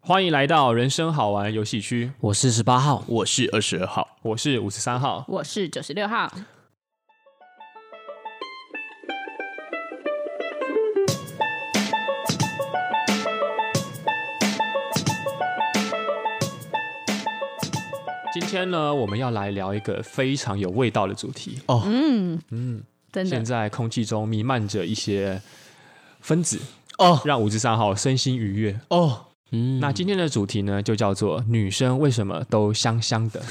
欢迎来到人生好玩游戏区，我是十八号，我是二十二号，我是五十三号。我是九十六号，今天呢，我们要来聊一个非常有味道的主题。嗯嗯，真现的在空气中弥漫着一些分子，哦让五十三号身心愉悦。哦，嗯，那今天的主题呢，就叫做“女生为什么都香香的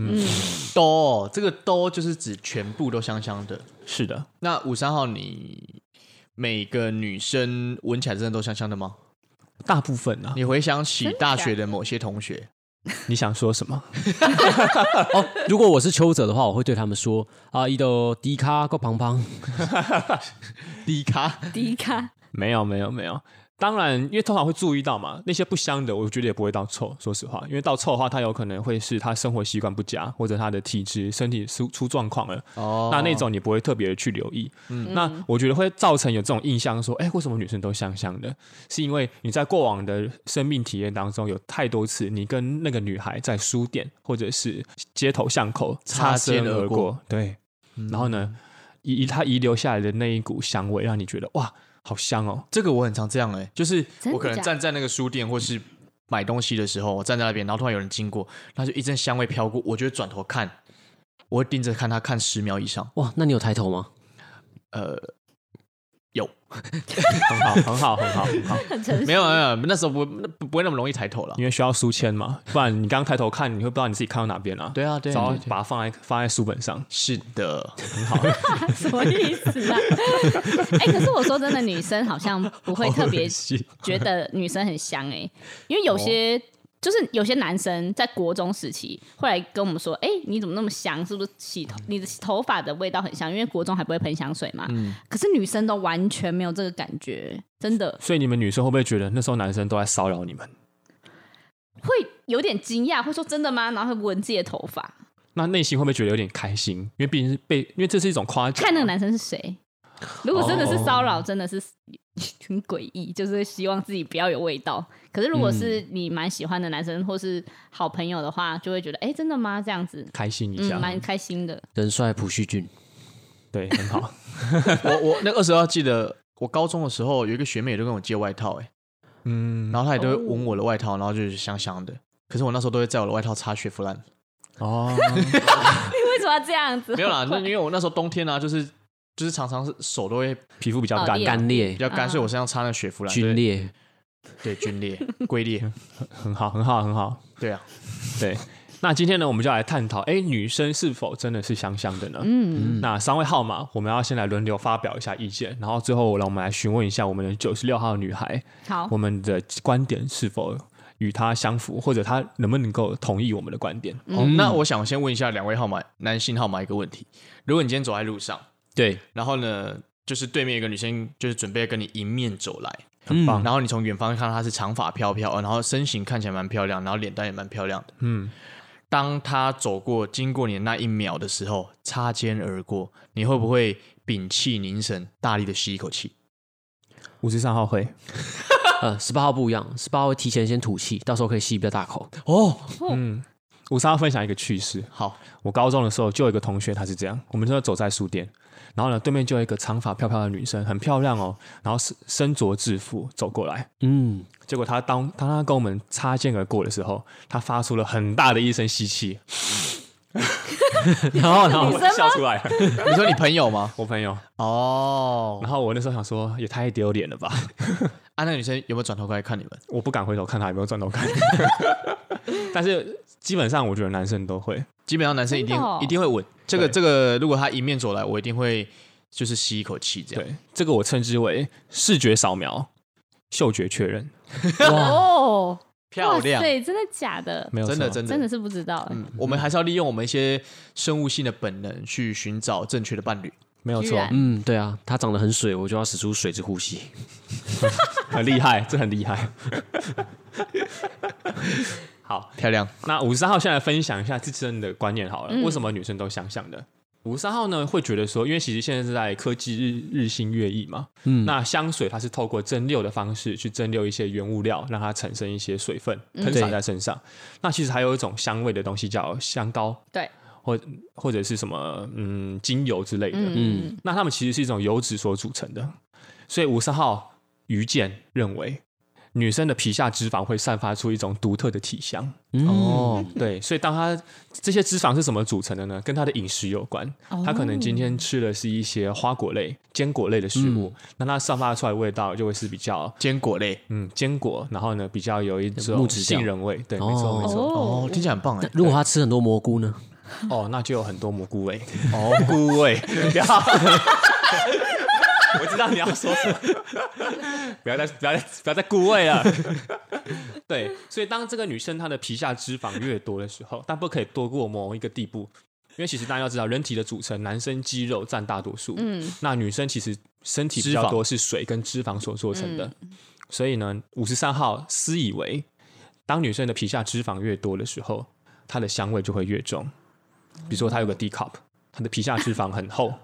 嗯都这个都就是指全部都香香的。”。是的，那五三号，你每个女生闻起来真的都香香的吗？哦大部分啊，你回想起真的大假学的的某些同学，你想说什么？哦，如果我是邱泽的话，我会对他们说啊，伊都迪卡够胖胖，迪卡低咖，没有，没有，没有。当然，因为通常会注意到嘛，那些不香的，我觉得也不会到臭。说实话，因为到臭的话，它有可能会是他生活习惯不佳，或者他的体质、身体出出状况了。哦嗯那那种你不会特别的去留意。那我觉得会造成有这种印象，说，哎、为什么女生都香香的？是因为你在过往的生命体验当中，有太多次你跟那个女孩在书店或者是街头巷口擦肩身而而过嗯过，对。然后呢，遗她遗留下来的那一股香味，让你觉得哇，好香哦。这个我很常这样哎、就是真的我可能假的站在那个书店或是买东西的时候，我站在那边，然后突然有人经过，他就一阵香味飘过，我就会转头看，我会盯着看他看十秒以上，哇，那你有抬头吗？呃，有很好，很好，很好，很好，很诚实没有没有，那时候不那不不会那么容易抬头了。因为需要书签嘛，不然你刚抬头看，你会不知道你自己看到哪边啊。对啊对然啊后对对把它放在放在书本上，是的，什么意思啊？哎、可是我说真的，女生好像不会特别觉得女生很香哎、因为有些、就是有些男生在国中时期会来跟我们说，哎、你怎么那么香？是不是洗头你的头发的味道很香？因为国中还不会喷香水嘛。可是女生都完全没有这个感觉，真的所以你们女生会不会觉得那时候男生都在骚扰你们？会有点惊讶，会说真的吗？然后会闻自己的头发，那内心会不会觉得有点开心？因为毕竟是被，因为这是一种夸奖。看那个男生是谁。如果真的是骚哦扰，真的是很诡异，就是希望自己不要有味道。可是如果是嗯你蛮喜欢的男生或是好朋友的话，就会觉得哎、诶真的吗？这样子，开心一下嗯，，蛮开心的。 人帅朴叙啊俊，对，很好。 我我那二十号记得，我高中的时候有一个学妹也都跟我借外套哎、嗯，然后她也都会闻我的外套，然后就是香香的。可是我那时候都会在我的外套擦雪佛兰，哦，你为什么要这样子？ 没有啦，那因为我那时候冬天啊，就是就是常常是手都会皮肤比较好干厉害干，干裂比、较干，所以我身上擦那雪佛兰，皲裂，对，对皲裂、龟裂，很好，很好，很好。对啊，对，那今天呢，我们就来探讨，哎，女生是否真的是香香的呢？嗯，那三位号码，我们要先来轮流发表一下意见，然后最后让我们来询问一下我们的九十六号女孩，好我，们的观点是否与她相符，或者她能不能够同意我们的观点？哦，那我想先问一下两位号码男性号码一个问题：如果你今天走在路上，对，然后呢，就是对面有个女生就是准备跟你迎面走来，很棒然后你从远方看到她是长发飘飘，然后身形看起来蛮漂亮，然后脸蛋也蛮漂亮的。嗯，当她走过经过你的那一秒的时候，擦肩而过，你会不会屏气凝神，大力的吸一口气？五十三号会，呃，十八号不一样，十八号会提前先吐气，到时候可以吸比较大口。哦，嗯，五十三号分享一个趣事，好，我高中的时候就有一个同学，他是这样，我们就走在书店，然后呢，对面就有一个长发飘飘的女生，很漂亮哦，然后身身着制服走过来，嗯，结果她当当她跟我们擦肩而过的时候，她发出了很大的一声吸气，然后然然后后我笑出来，？你说你朋友吗 我朋友，哦，然后我那时候想说也太丢脸了吧，啊，那个女生有没有转头过来看你们？我不敢回头看她有没有转头看， 但是基本上我觉得男生都会，基本上男生一定、真的哦一定会吻。这个对这个，如果他迎面走来，我一定会就是吸一口气这样。对，这个我称之为视觉扫描，嗅觉确认，哇，哦，漂亮，对，真的假的？没有真的错真的真的是不知道、嗯，我们还是要利用我们一些生物性的本能去寻找正确的伴侣。没有居错，然嗯，对啊，他长得很水，我就要使出水之呼吸。很厉害，这很厉 害。 好，漂亮，嗯那五十三号先来分享一下自身的观念好了，为什么女生都香香的？五十三号呢，会觉得说，因为其实现在是在科技日日新月异嘛，嗯那香水它是透过蒸馏的方式去蒸馏一些原物料，让它产生一些水分嗯喷洒在身上。那其实还有一种香味的东西叫香膏，对，或或者是什么嗯精油之类的。嗯，那它们其实是一种油脂所组成的，所以五十号于健认为。女生的皮下脂肪会散发出一种独特的体香，哦，对，所以当她这些脂肪是怎么组成的呢？跟她的饮食有关，她可能今哦天吃的是一些花果类、坚果类的食嗯物，那它散发出来的味道就会是比较坚果类嗯坚果，然后呢比较有一木种质调杏仁味，对，没哦错没错，哦，听起来 很棒哎。如果他吃很多蘑菇呢？哦，那就有很多蘑菇味，哦，菇味， 不要，我知道你要说什么，不要 再不要再不要再顾味了。 对，所以当这个女生她的皮下脂肪越多的时候，但不可以多过某一个地步，因为其实大家要知道，人体的组成，男生肌肉占大多数，嗯，那女生其实身体比脂较肪多是水跟脂肪所做成的，所以呢，五十三号私以为，当女生的皮下脂肪越多的时候，她的香味就会越重。比如说，她有个 D cup，她的皮下脂肪很厚，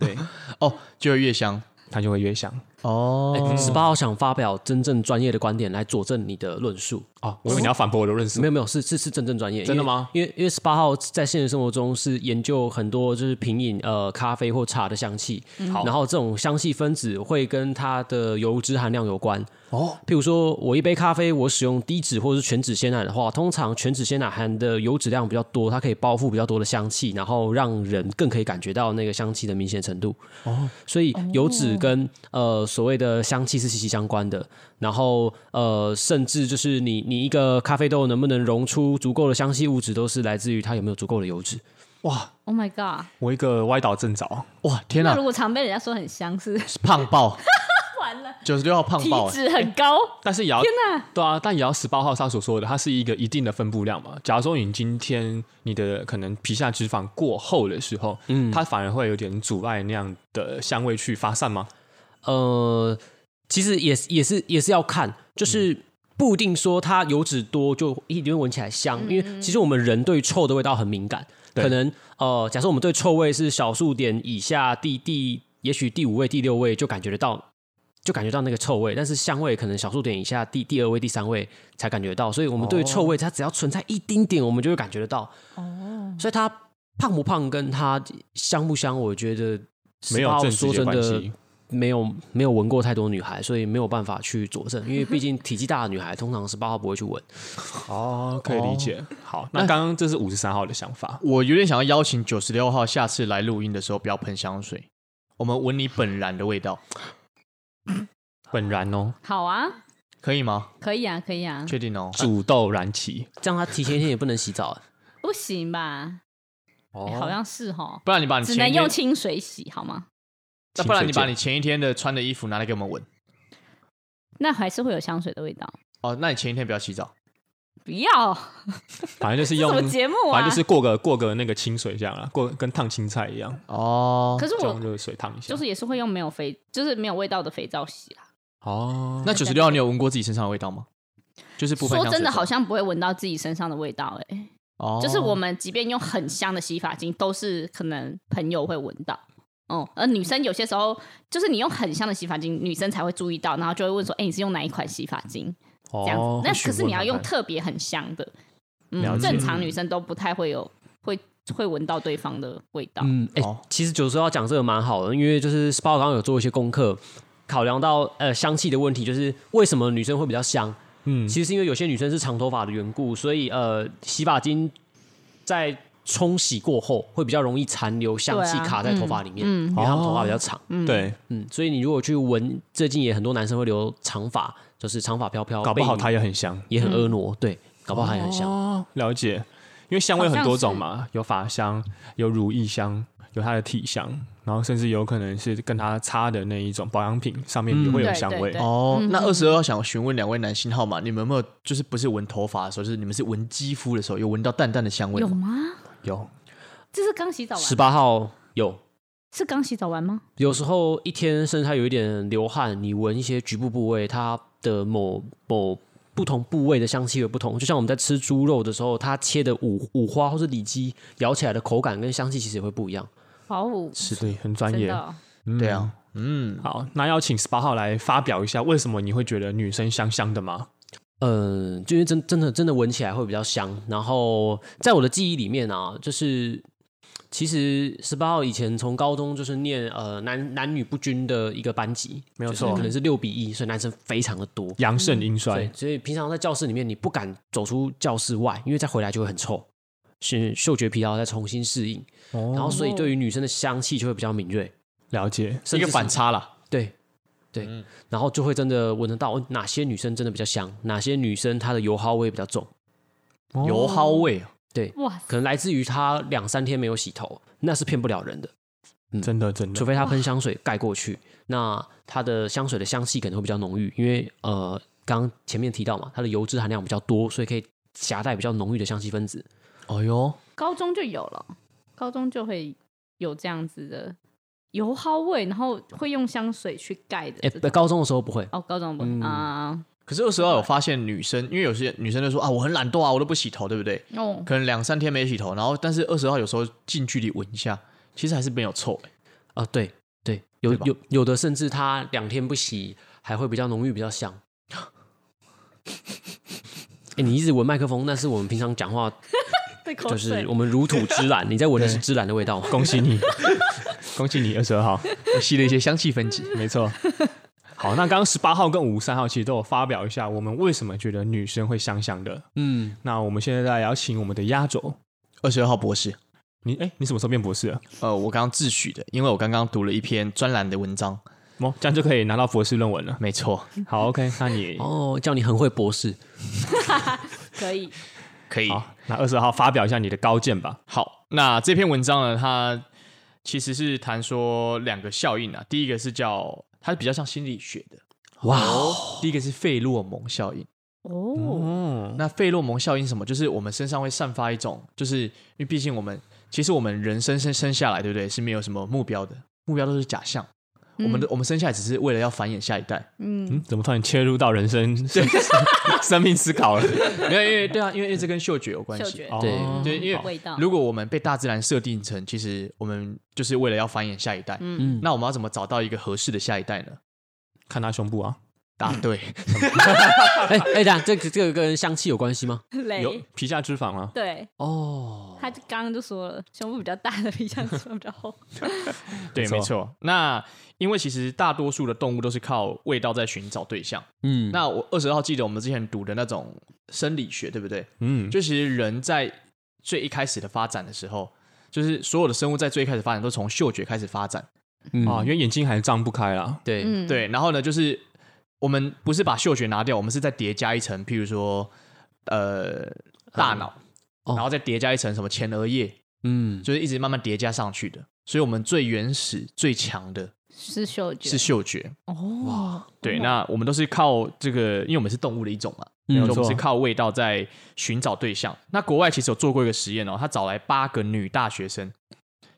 对，哦，就会越香她就会越香。哦。哎十八号想发表真正专业的观点来佐证你的论述，哦，我以为你要反驳我的论述没。有没有，是是是真正专业，真的吗因为因为因为十八号在现实生活中是研究很多就是品饮呃咖啡或茶的香气，好然后这种香气分子会跟它的油脂含量有关。哦，譬如说我一杯咖啡，我使用低脂或是全脂鲜奶的话，通常全脂鲜奶含的油脂量比较多，它可以包覆比较多的香气，然后让人更可以感觉到那个香气的明显程度。哦，所以油脂跟呃所谓的香气是息息相关的。然后呃，甚至就是你你一个咖啡豆能不能溶出足够的香气物质，都是来自于它有没有足够的油脂。哇， ，Oh my god！我一个歪倒正着。哇，天那哪如，果常被人家说很香， 是胖爆，完了，九十六号胖 体爆哎，脂很高，但是也要天哪！对啊，但也要十八号上所说的，它是一个一定的分布量嘛。假如说你今天你的可能皮下脂肪过厚的时候，嗯，它反而会有点阻碍那样的香味去发散吗？呃，其实也是也是也是要看，就是嗯不一定说它油脂多就一定会闻起来香，因为其实我们人对臭的味道很敏感，嗯对可能呃，假设我们对臭味是小数点以下第第，也许第五位、第六位就感觉得到。就感觉到那个臭味，但是香味可能小数点以下第第二位、第三位才感觉得到，所以我们对哦臭味它只要存在一丁点，我们就会感觉得到。哦，所以它胖不胖跟它香不香，我觉得没有18正直说接真关的系。没有没有闻过太多女孩，所以没有办法去佐证，因为毕竟体积大的女孩通常十八号不会去闻。哦，可以理解。好，那刚刚这是五十三号的想法。我有点想要邀请九十六号下次来录音的时候不要喷香水，我们闻你本然的味道，本然哦，好啊，可以吗？可以啊，可以啊，确定哦。煮豆燃其。这样她提前一天也不能洗澡 啊，不行吧？哎哦好像是哈，不然你把你只嗯前能一天用，清水洗好吗？那不然你把你前一天的穿的衣服拿来给我们闻。那还是会有香水的味道。哦，那你前一天不要洗澡，不要，反正就是 什用，么节目反啊？正就是过个过个那个清水这样啊，过跟烫青菜一样，哦可，是就用我热水烫一下。就是也是会用没有肥，就是没有味道的肥皂洗啦。哦，那九十六号你有闻过自己身上的味道吗？就是不喷说香水真的，后好像不会闻到自己身上的味道、欸，哦，就是我们即便用很香的洗发精，都是可能朋友会闻到。哦、而女生有些时候，就是你用很香的洗发精，女生才会注意到，然后就会问说：“哎、你是用哪一款洗发精？”这这样子。哦那去可哦是你要问用看看特别很香的，了嗯，解正常女生都不太会有会会闻到对方的味道。嗯，哎、哦其实九十号讲这个蛮好的，因为就是十八号刚刚有做一些功课，考量到呃香气的问题，就是为什么女生会比较香？嗯其实是因为有些女生是长头发的缘故，所以呃洗发精在冲洗过后会比较容易残留香气对啊卡在头发里面，嗯因为她们头发比较长。对，嗯，所以你如果去闻，最近也很多男生会留长发，就是长发飘飘，搞不好背影它也很香。也很婀娜，对，搞不好它也很香。哦，了解，因为香味有很多种嘛，有法香，有乳液香，有它的体香，然后甚至有可能是跟它擦的那一种保养品上面也会有对香嗯对味。对哦，那二十二号想询问两位男性号码，你们有没有就是不是闻头发的时候，就是你们是闻肌肤的时候，有闻到淡淡的香味有吗？吗？有这是刚洗澡完吗？十八号有，是刚洗澡完吗？有时候一天甚至还有一点流汗，你闻一些局部部位它的某某不同部位的香气有不同。就像我们在吃猪肉的时候，它切的五五花或是里脊咬起来的口感跟香气其实也会不一样。好五，是对，很专真业的。哦、对啊，嗯，好，那要请十八号来发表一下，为什么你会觉得女生香香的吗？嗯，就因为真真的真的闻起来会比较香。然后在我的记忆里面啊，就是其实十八号以前从高中就是念呃男男女不均的一个班级，没有就是错可能是六比一，所以男生非常的多。阳嗯盛阴对衰，，所以平常在教室里面，你不敢走出教室外，因为再回来就会很臭，是嗅觉疲劳，再重新适应。哦然后，所以对于女生的香气就会比较敏锐，了解。甚至一个是反差啦。对对，然后就会真的闻得到哦哪些女生真的比较香，哪些女生她的油耗味比较重，油耗味啊，对，哇，可能来自于她两三天没有洗头，那是骗不了人的，真的真的除，非她喷香水盖过去，那她的香水的香气可能会比较浓郁，因为呃，刚刚前面提到嘛，它的油脂含量比较多，所以可以夹带比较浓郁的香气分子。哎呦，高中就有了，高中就会有这样子的油耗味，然后会用香水去盖的哎、这种。高中的时候不会，哦，高中不嗯啊，可是有时候有发现女生，因为有些女生就说啊，我很懒惰啊，我都不洗头，对不对？哦，可能两三天没洗头，然后但是二十号有时候近距离闻一下，其实还是没有臭、欸。啊，对对，有对吧有有的甚至它两天不洗还会比较浓郁，比较香。哎、你一直闻麦克风，那是我们平常讲话，哦对口就水是我们如土之兰，你在闻的是芝兰的味道吗？恭喜你， 恭喜你二十二号，吸了一些香气分子，没错。好，那刚刚十八号跟五三号其实都有发表一下，我们为什么觉得女生会香香的。嗯，那我们现在要请我们的压轴，二十二号博士，你哎、你什么时候变博士了？呃，我刚刚自诩的，因为我刚刚读了一篇专栏的文章，哦，这样就可以拿到博士论文了。没错，好，OK，那你哦，叫你很会博士，可以，可以。好，那二十号发表一下你的高见吧。好，那这篇文章呢，它其实是谈说两个效应啊，第一个是叫它比较像心理学的，哇哦，哦，第一个是费洛蒙效应。哦，哦，那费洛蒙效应是什么？就是我们身上会散发一种，就是因为毕竟我们其实我们人生生生下来，对不对？是没有什么目标的，目标都是假象。我嗯们的我们生下来只是为了要繁衍下一代，嗯，怎么突然切入到人生 生命思考了？没有，因为对啊，因为因为这跟嗅觉有关嗅系觉。嗯哦对对，因为味道，如果我们被大自然设定成，其实我们就是为了要繁衍下一代，嗯，那我们要怎么找到一个合适的下一代 呢？看他胸部啊，答 对，哎哎，等一下这个这个跟香气有关系吗？有雷，皮下脂肪啊。对哦，他刚刚就说了，胸部比较大的 比较脂肪比较厚，对，没错没错。那因为其实大多数的动物都是靠味道在寻找对象。嗯，那我二十号记得我们之前读的那种生理学，对不对？嗯，就其实人在最一开始的发展的时候，就是所有的生物在最一开始发展都从嗅觉开始发展。嗯啊，因为眼睛还张不开啦。对，嗯，，对，然后呢，就是我们不是把嗅觉拿掉，我们是再叠加一层，譬如说呃大脑，哦然后再叠加一层什么前额叶，嗯，就是一直慢慢叠加上去的。所以我们最原始、最强的是嗅觉，是嗅觉。哦，嗯对，哦那我们都是靠这个，因为我们是动物的一种嘛，嗯所以我没们错是靠味道在寻找对象。那国外其实有做过一个实验哦，他找来八个女大学生，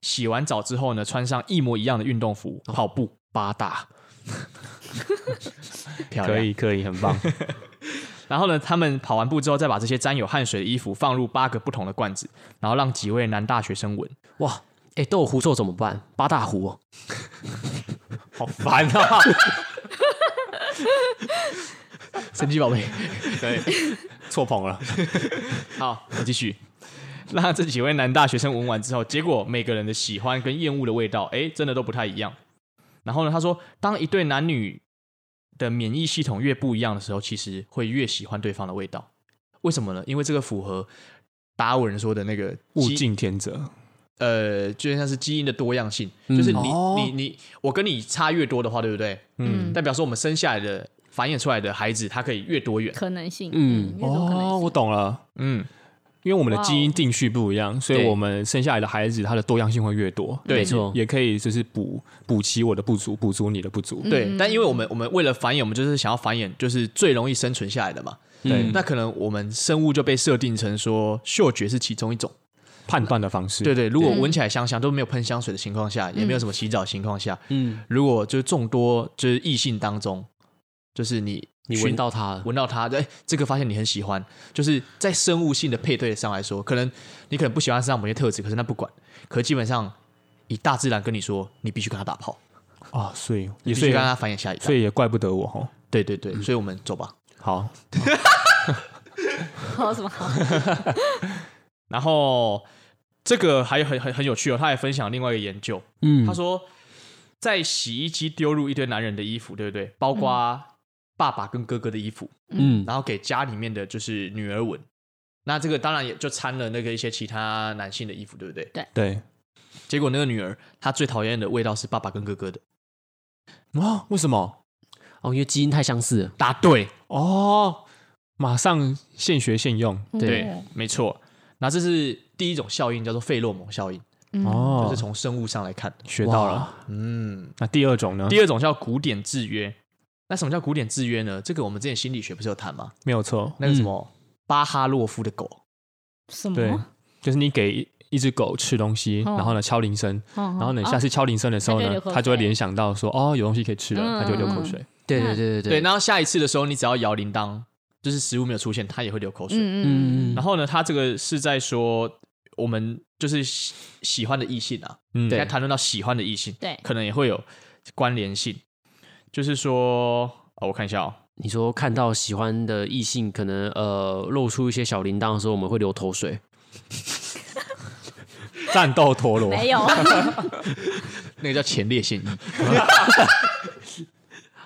洗完澡之后呢，穿上一模一样的运动服哦跑步，八 大，漂亮。可以，可以，很棒。然后呢，他们跑完步之后，再把这些沾有汗水的衣服放入八个不同的罐子，然后让几位男大学生闻。哇，哎，都有狐臭怎么办？八大狐哦， 好烦啊！ 神奇宝贝。对，错捧了。好，我继续。那这几位男大学生闻完之后，结果每个人的喜欢跟厌恶的味道，哎，真的都不太一样。然后呢，他说，当一对男女的免疫系统越不一样的时候，其实会越喜欢对方的味道。为什么呢？因为这个符合达尔文说的那个物基竞天择，呃，就像是基因的多样性，嗯就是你、哦你你，我跟你差越多的话，对不对？嗯代表说我们生下来的繁衍出来的孩子，他可以越多元。可能性，嗯嗯，越多可能哦，性我 懂了。嗯，因为我们的哇哦基因定序不一样，所以对我们生下来的孩子，他的多样性会越多。对没嗯错，也可以就是补补齐我的不足，补足你的不足。嗯对。但因为我们我们为了繁衍，我们就是想要繁衍，就是最容易生存下来的嘛。嗯对那可能我们生物就被设定成说，嗅觉是其中一种。判断的方式，对对，如果闻起来香香都没有喷香水的情况下，也嗯没有什么洗澡的情况下，嗯如果就是众多就是异性当中，就是你你闻到它了，闻到它，哎，这个发现你很喜欢，就是在生物性的配对上来说，可能你可能不喜欢身上某些特质，可是那不管，可基本上以大自然跟你说，你必须跟他打炮，啊，所以你也必所须以跟他繁衍下一代所。以也嗯怪不得我嗯哈。对对对，所以我们走吧。好，好哦什么好？然后这个还有很很很有趣哦，他还分享另外一个研究，嗯他说在洗衣机丢入一堆男人的衣服，对不对？包括爸爸跟哥哥的衣服，嗯然后给家里面的就是女儿闻。那这个当然也就掺了那个一些其他男性的衣服，对不对？对，结果那个女儿她最讨厌的味道是爸爸跟哥哥的。啊，为什么？哦，因为基因太相似了，答对，哦，马上现学现用。对，嗯没错。那这是第一种效应，叫做费洛蒙效应，嗯哦，就是从生物上来看的。学到了。嗯，那第二种啊呢？第二种叫古典制约。那什么叫古典制约呢？这个我们之前心理学不是有谈吗？没有错，那个什么嗯巴哈洛夫的狗，什对么？，就是你给一只狗吃东西，哦然后呢敲铃声，然然后呢下次敲铃声的时候它就会呢流，口它就会水联想到说哦有东西可以吃嗯了，它就会流口嗯水。对对对对对，然后下一次的时候，你只要摇铃铛，就是食物没有出现，它也会流口水。嗯嗯嗯，然后呢，他这个是在说我们就是喜喜欢的异性啊，嗯，应该谈论到喜欢的异性， 对可能也会有关联性。就是说，哦、我看一下哦，你说看到喜欢的异性，可能呃露出一些小铃铛的时候，我们会流口水。战斗陀螺。没有，那个叫前列腺液。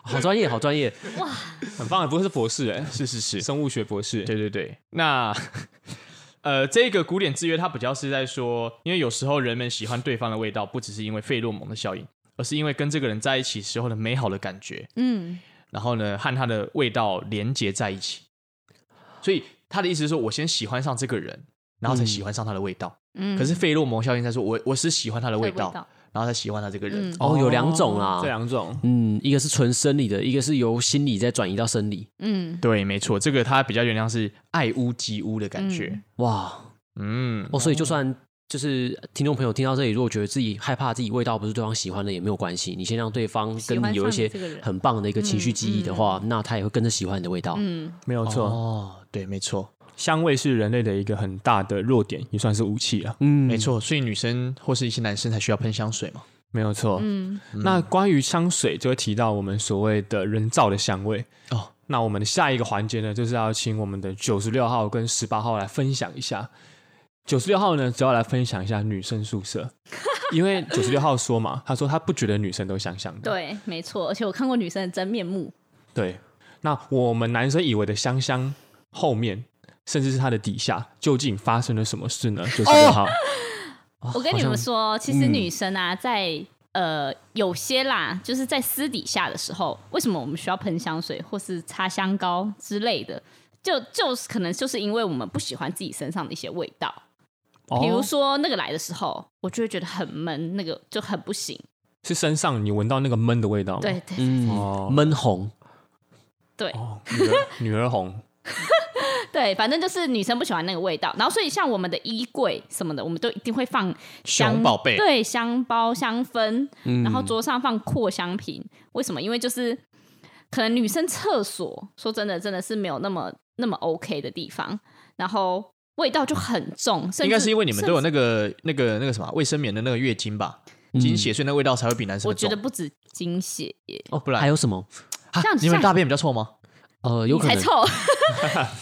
好专业，好专业。很棒，不是博士哎、是是是，生物学博士。对对对。那 呃，这个古典制约它比较是在说，因为有时候人们喜欢对方的味道，不只是因为费洛蒙的效应，而是因为跟这个人在一起时候的美好的感觉。 嗯，然后呢和他的味道连接在一起。所以他的意思是说，我先喜欢上这个人，然后才喜欢上他的味道。嗯可是费洛蒙效应在说，我我是喜欢他的味道，味道然后才喜欢他这个人。嗯哦，有两种啦这。两种嗯，一个是纯生理的，一个是由心理再转移到生理。嗯，对，没错，这个他比较原谅是爱屋及乌的感觉。哇，嗯，哦，所以就算就是听众朋友听到这里，如果觉得自己害怕自己味道不是对方喜欢的，也没有关系。你先让对方喜跟欢你有一上你些这个人很棒的一个情绪记忆的话，那他也会跟着喜欢你的味道。嗯，没有错、哦，对，没错，香味是人类的一个很大的弱点，也算是武器啊。嗯没。错。所以女生或是一些男生才需要喷香水嘛。没有错、嗯，那关于香水，就会提到我们所谓的人造的香味哦。那我们的下一个环节呢，就是要请我们的九十六号跟十八号来分享一下。九十六号呢，只要来分享一下女生宿舍，因为九十六号说嘛，他说他不觉得女生都香香的。对，没错，而且我看过女生的真面目，对，那我们男生以为的香香后面，甚至是它的底下，究竟发生了什么事呢？ 就是六号，我跟你们说，其实女生啊，在呃有些啦，就是在私底下的时候，为什么我们需要喷香水或是擦香膏之类的？就就是可能就是因为我们不喜欢自己身上的一些味道，比如哦，说那个来的时候，我就会觉得很闷，那个就很不行。是身上你闻到那个闷的味道吗？对，对哦嗯，闷红，对、哦，女儿女儿红，对，反正就是女生不喜欢那个味道。然后所以像我们的衣柜什么的，我们都一定会放香熊宝贝对，香包、香氛，嗯然后桌上放扩香瓶。为什么？因为就是可能女生厕所，说真的，真的是没有那么那么 OK 的地方，然后味道就很重，甚应该至是因为你们甚都有至那个、那个、那个什么卫生棉的那个月经吧，经血，所以那味道才会比男生我的重。觉得不止精血耶，哦，不然还有什么？啊这样你们像大便比较臭吗？呃，有你可才能 臭，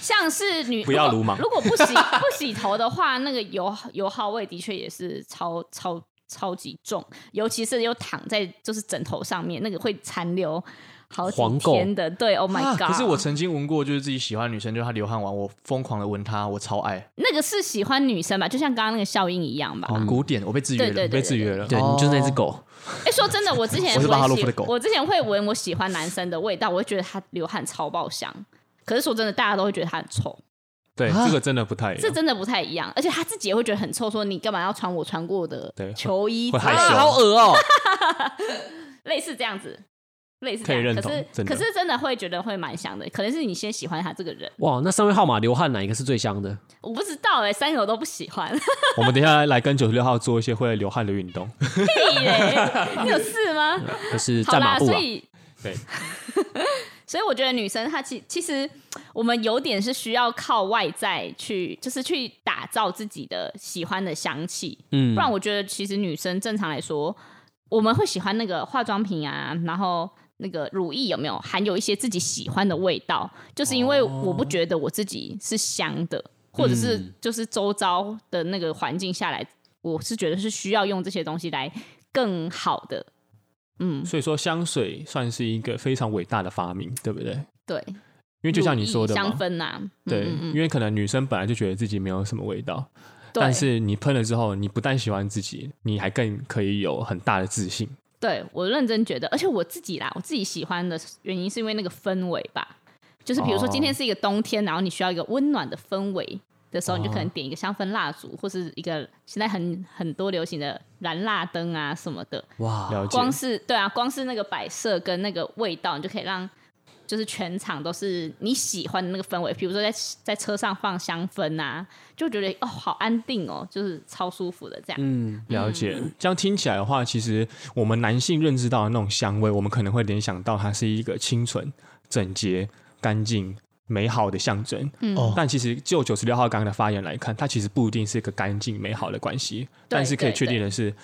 像是女不要如鲁果莽如果不洗不洗头的话，那个油油耗味的确也是超超超级重，尤其是又躺在就是枕头上面，那个会残留好几黄垢天的。对，Oh my 啊 god！、 可是我曾经闻过，就是自己喜欢的女生，就是她流汗完，我疯狂的闻她，我超爱。那个是喜欢女生吧，就像刚刚那个效应一样吧。哦，古典，我被制约对了。对被对制对约对。了。对，你就是那只狗。哎、说真的，我之前我是巴哈洛夫喜的狗我之前会闻我喜欢男生的味道，我会觉得他流汗超爆香。可是说真的，大家都会觉得他很臭。对，啊这个真的不太一这样。真的不太一样，而且他自己也会觉得很臭，说你干嘛要穿我穿过的对球衣会之类害的，羞啊好恶哦！类似这样子，类似可以这样。认同真的可是可是真的会觉得会蛮香的，可能是你先喜欢他这个人，哇，那三位号码流汗哪一个是最香的？我不知道哎、三个我都不喜欢， 我们等一下来跟九十六号做一些会流汗的运动。屁嘞，你有事吗？可是好战马啦，步所啊。以对， 所以我觉得女生她其其实我们有点是需要靠外在去，就是去打造自己的喜欢的香气。嗯不然我觉得其实女生正常来说，我们会喜欢那个化妆品啊，然后那个乳液有没有含有一些自己喜欢的味道？就是因为我不觉得我自己是香哦的，或者是嗯就是周遭的那个环境下来，我是觉得是需要用这些东西来更好的。嗯，所以说香水算是一个非常伟大的发明，对不对？对，因为就像你说的乳液香嘛，氛呐、啊，对，嗯嗯嗯因为可能女生本来就觉得自己没有什么味道，对但是你喷了之后，你不但喜欢自己，你还更可以有很大的自信。对我认真觉得，而且我自己啦，我自己喜欢的原因是因为那个氛围吧，就是比如说哦今天是一个冬天，然后你需要一个温暖的氛围的时候，你就可能点一个香氛蜡烛，或是一个现在很很多流行的燃蜡灯啊什么的，哇了解，光是对啊，光是那个摆设跟那个味道，你就可以让就是全场都是你喜欢的那个氛围。比如说在在车上放香氛啊，就觉得哦好安定哦，就是超舒服的这样。嗯，了解，这样听起来的话，其实我们男性认知到的那种香味，我们可能会联想到它是一个清纯、整洁、干净、美好的象征。嗯哦，但其实就九十六号刚刚的发言来看，它其实不一定是一个干净美好的关系，但是可以确定的是，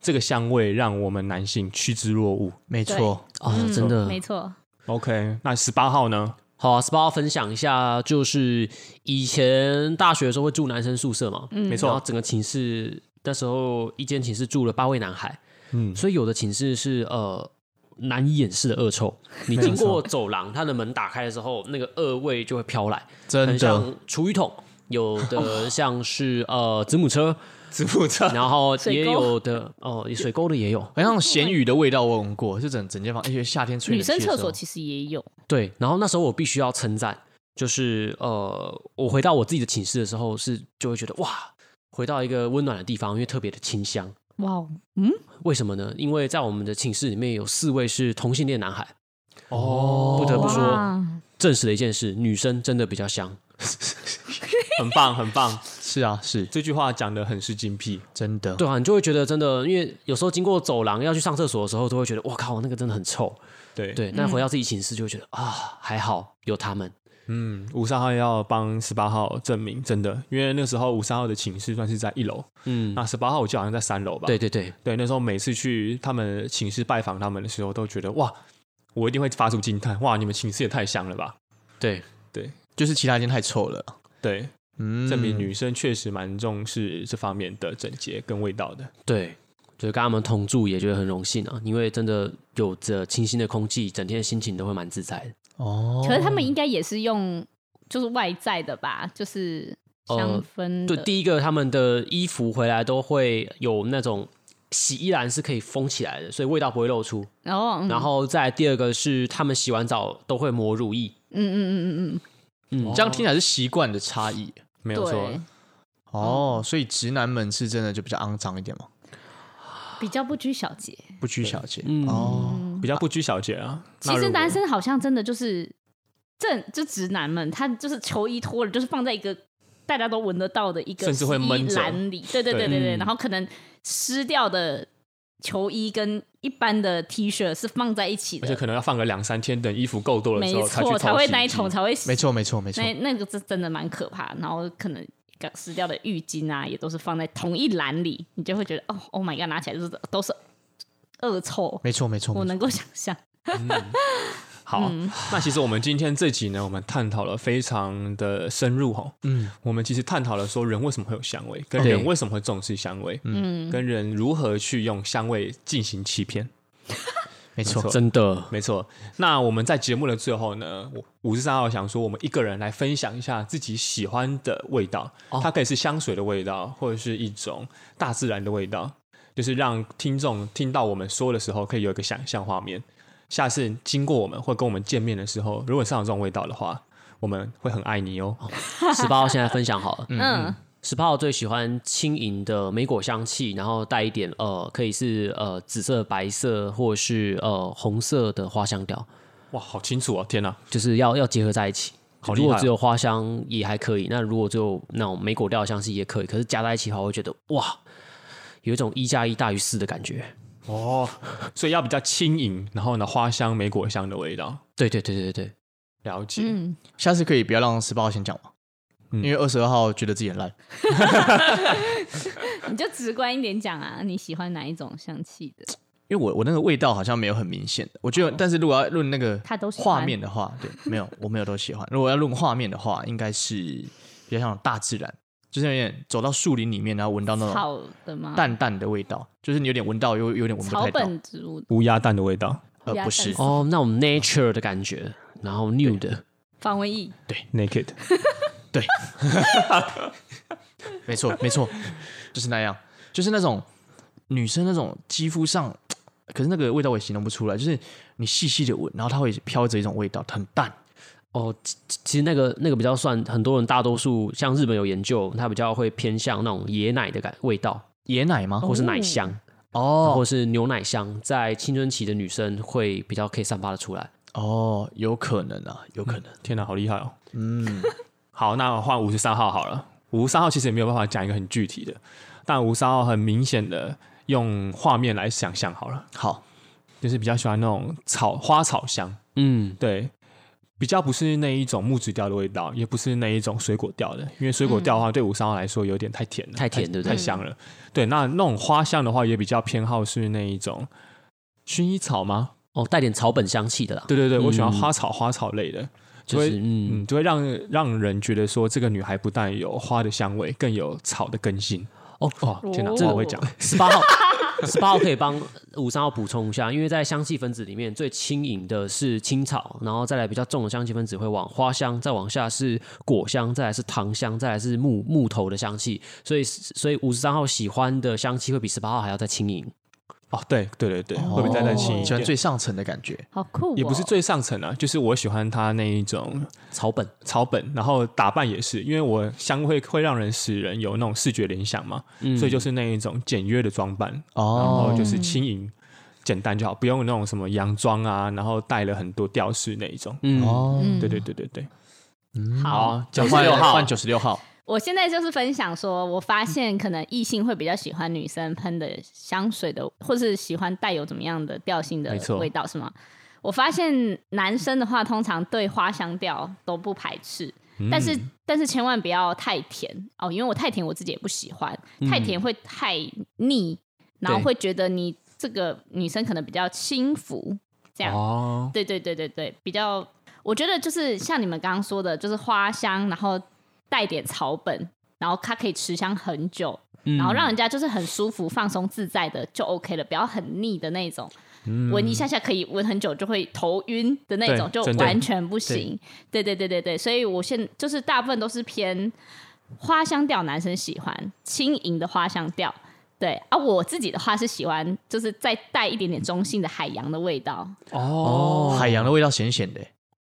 这个香味让我们男性趋之若鹜。没错，啊，嗯真的没错。 OK，那十八号呢？好啊，SPA 分享一下，就是以前大学的时候会住男生宿舍嘛，嗯没错，然后整个寝室那时候一间寝室住了八位男孩，嗯，所以有的寝室是呃难以掩饰的恶臭，你经过走廊，它的门打开的时候，那个恶味就会飘来，真很的像厨余桶。有的 像是呃子母车，子母车然后水也沟有的哦水沟的也有，很像咸鱼的味道，我闻过，就整整间房，而且夏天吹女冷气生的时候厕所其实也有，对，然后那时候我必须要称赞，就是呃，我回到我自己的寝室的时候是就会觉得哇，回到一个温暖的地方，因为特别的清香。哇哦，为什么呢？因为在我们的寝室里面有四位是同性恋男孩，哦不得不说哇证实了一件事：女生真的比较香。很棒，很棒。是啊，是这句话讲的很是精辟。真的，对啊，你就会觉得真的，因为有时候经过走廊要去上厕所的时候，都会觉得哇靠，那个真的很臭。对，对，但回到自己寝室就会觉得啊，还好有他们。嗯，五三号要帮十八号证明，真的，因为那时候五三号的寝室算是在一楼，嗯，那十八号我记得好像在三楼吧。对对对，对，那时候每次去他们寝室拜访他们的时候，都觉得哇，我一定会发出惊叹，哇，你们寝室也太香了吧？对，就是其他间太臭了，对，嗯，证明女生确实蛮重视这方面的整洁跟味道的。对，就是跟他们同住也觉得很荣幸啊，因为真的有着清新的空气，整天心情都会蛮自在的。哦，可是他们应该也是用就是外在的吧，就是香氛的、对，第一个他们的衣服回来都会有那种洗衣篮是可以封起来的，所以味道不会露出。然后嗯然后再来第二个是他们洗完澡都会抹乳液，嗯嗯嗯嗯嗯，这样听起来是习惯的差异没嗯，有错，对，哦，所以直男们是真的就比较肮脏一点嘛，比较不拘小节。不拘小节，嗯哦，比较不拘小节啊。那其实如果男生好像真的就是正就直男们，他就是球衣脱了，就是放在一个。大家都闻得到的一个甚至会闷着洗衣篮里，对对对对对对，嗯然后可能湿掉的球衣跟一般的 T 恤是放在一起而且的，可能要放个两三天，等衣服够多的没时候才去嗯错，才会洗衣那一机桶才会没错没错没错，那那个是真的蛮可怕，然后可能刚撕掉的浴巾啊，也都是放在同一篮里，你就会觉得哦，Oh my god，拿起来就是都是恶臭，没错没 错，我没错能够想象。好，那其实我们今天这集呢，我们探讨了非常的深入哈。嗯，我们其实探讨了说人为什么会有香味，跟对人为什么会重视香味，嗯，跟人如何去用香味进行欺骗。没没错错，真的没错。那我们在节目的最后呢，我五十三号想说，我们一个人来分享一下自己喜欢的味道，它可以是香水的味道，或者是一种大自然的味道，就是让听众听到我们说的时候，可以有一个想象画面。下次经过我们或跟我们见面的时候，如果上有这种味道的话，我们会很爱你哦。十八号现在分享 好了，嗯，十八号最喜欢轻盈的莓果香气，然后带一点呃，可以是呃紫色、白色或是呃红色的花香调，哇，好清楚哦！天哪，就是要要结合在一起。好厉如害哦果只有花香也还可以，那如果只有那种莓果调的香气也可以，可是加在一起的话，我会觉得哇，有一种一加一大于四的感觉。哦，所以要比较轻盈，然后呢花香、莓果香的味道。对对对对对，了解，嗯，下次可以不要让十八号先讲嘛，嗯因为二十二号觉得自己很烂。你就直观一点讲啊，你喜欢哪一种香气的？因为我我那个味道好像没有很明显，我觉得，但是如果要论那个他都喜欢画面的话，对，没有，我没有都喜欢。如果要论画面的话，应该是比较像大自然，就是有点走到树林里面，然后闻到那种草的吗？淡淡的味道，就是你有点闻到，又有点闻不草太到，本植物乌鸦蛋的味道呃，不是鸭，蛋哦，那种 nature 的感觉，然后 new 的，防蚊液， ，naked。没错， 没错，就是那样，就是那种女生那种肌肤上，可是那个味道我也形容不出来，就是你细细的闻，然后它会飘着一种味道，很淡，哦，其其其实那个那个比较算很多人大多数，像日本有研究，它比较会偏向那种椰奶的感味道，椰奶哦吗？或是奶香，哦或是牛奶香，在青春期的女生会比较可以散发的出来。哦，有可能啊，有可能。天哪，好厉害哦！嗯， 好，那换五十三号好了。五十三号其实也没有办法讲一个很具体的，但五十三号很明显的用画面来想象好了，好，就是比较喜欢那种草花草香，嗯，对，比较不是那一种木质调的味道，也不是那一种水果调的，因为水果调的话对五十三号来说有点太甜了，太甜对不对太香了。对，那那种花香的话也比较偏好是那一种薰衣草吗？哦，带点草本香气的啦，对对对，我喜欢嗯花草花草类的。就所是以嗯，嗯，就会让让人觉得说，这个女孩不但有花的香味，更有草的根性。哦哦，天哪，哦这个我会讲。十八号，十八号可以帮五三号补充一下，因为在香气分子里面最轻盈的是青草，然后再来比较重的香气分子会往花香，再往下是果香，再来是糖香，再来是木木头的香气，所以所以五十三号喜欢的香气会比十八号还要再轻盈。哦，对对对对，会不会再再轻一哦喜欢点？哦最上层的感觉，好酷、哦！也不是最上层啊，就是我喜欢她那一种草本草本，然后打扮也是，因为我香会会让人使人有那种视觉联想嘛，嗯所以就是那一种简约的装扮，哦然后就是轻盈、简单就好，不用那种什么洋装啊，然后带了很多吊饰那一种。嗯，哦，嗯对对对对对，好。嗯讲96号换九十六号，我现在就是分享说，我发现可能异性会比较喜欢女生喷的香水的，或是喜欢带有怎么样的调性的没错味道，是吗？我发现男生的话，通常对花香调都不排斥，嗯但是但是千万不要太甜哦，因为我太甜我自己也不喜欢，嗯太甜会太腻，然后对会觉得你这个女生可能比较轻浮，这样哦，对对对对对，比较，我觉得就是像你们刚刚说的，就是花香，然后带点草本，然后它可以持香很久，嗯然后让人家就是很舒服、放松、自在的就 OK 了，不要很腻的那种，闻一下下可以闻很久就会头晕的那种，嗯对就真的完全不行。 对对对对对，所以我现就是大部分都是偏花香调，男生喜欢轻盈的花香调。对啊，我自己的话是喜欢，就是再带一点点中性的海洋的味道，哦，海洋的味道咸咸的，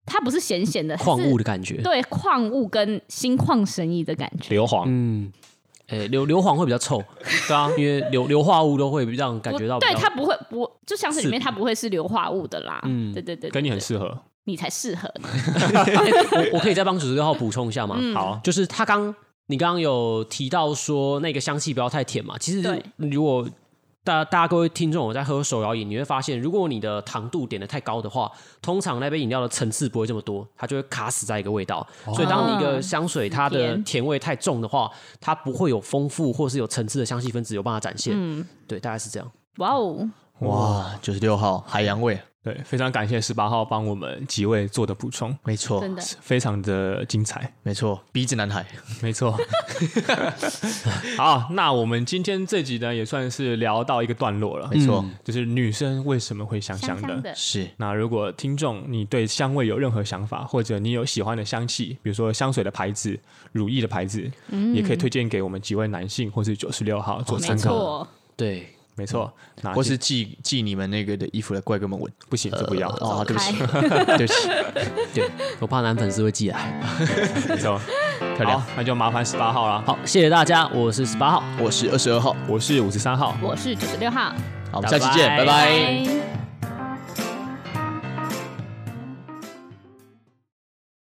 它不是咸咸的，矿是物的感觉，对矿物跟心旷神怡的感觉。硫磺，嗯。诶，硫硫磺会比较臭，对啊，因为硫硫化物都会让人感觉到不比较，对它不会不就香水里面刺它不会是硫化物的啦。嗯，对对对，对跟你很对适合。你才适合。我我可以再帮九十六号补充一下吗？嗯好，就是他刚你刚刚有提到说那个香气不要太甜嘛，其实对如果大大家各位听众有在喝手摇饮，你会发现，如果你的糖度点的太高的话，通常那杯饮料的层次不会这么多，它就会卡死在一个味道。所以当你一个香水它的哦甜甜味太重的话，它不会有丰富或是有层次的香气分子有办法展现。嗯，对，大概是这样。哇哦，哇，九十六号海洋味，对，非常感谢十八号帮我们几位做的补充，没错，哦真的非常的精彩，没错，鼻子男孩，没错。 好，那我们今天这集呢，也算是聊到一个段落了，没错，就是女生为什么会香香香的。香的，是那如果听众你对香味有任何想法，或者你有喜欢的香气，比如说香水的牌子、乳液的牌子，也可以推荐给我们几位男性或是九十六号做嗯哦没参考。错。对，没错，那或是寄寄你们那个的衣服来怪哥们闻，不行，这不要。哦，对不起，开 对不起，我怕男粉丝会寄来。哦没错，漂亮好，那就麻烦十八号啦。好，谢谢大家，我是十八号。我是二十二号，我是五十三号，我是九十六号，好，我拜们下期见，拜拜拜。拜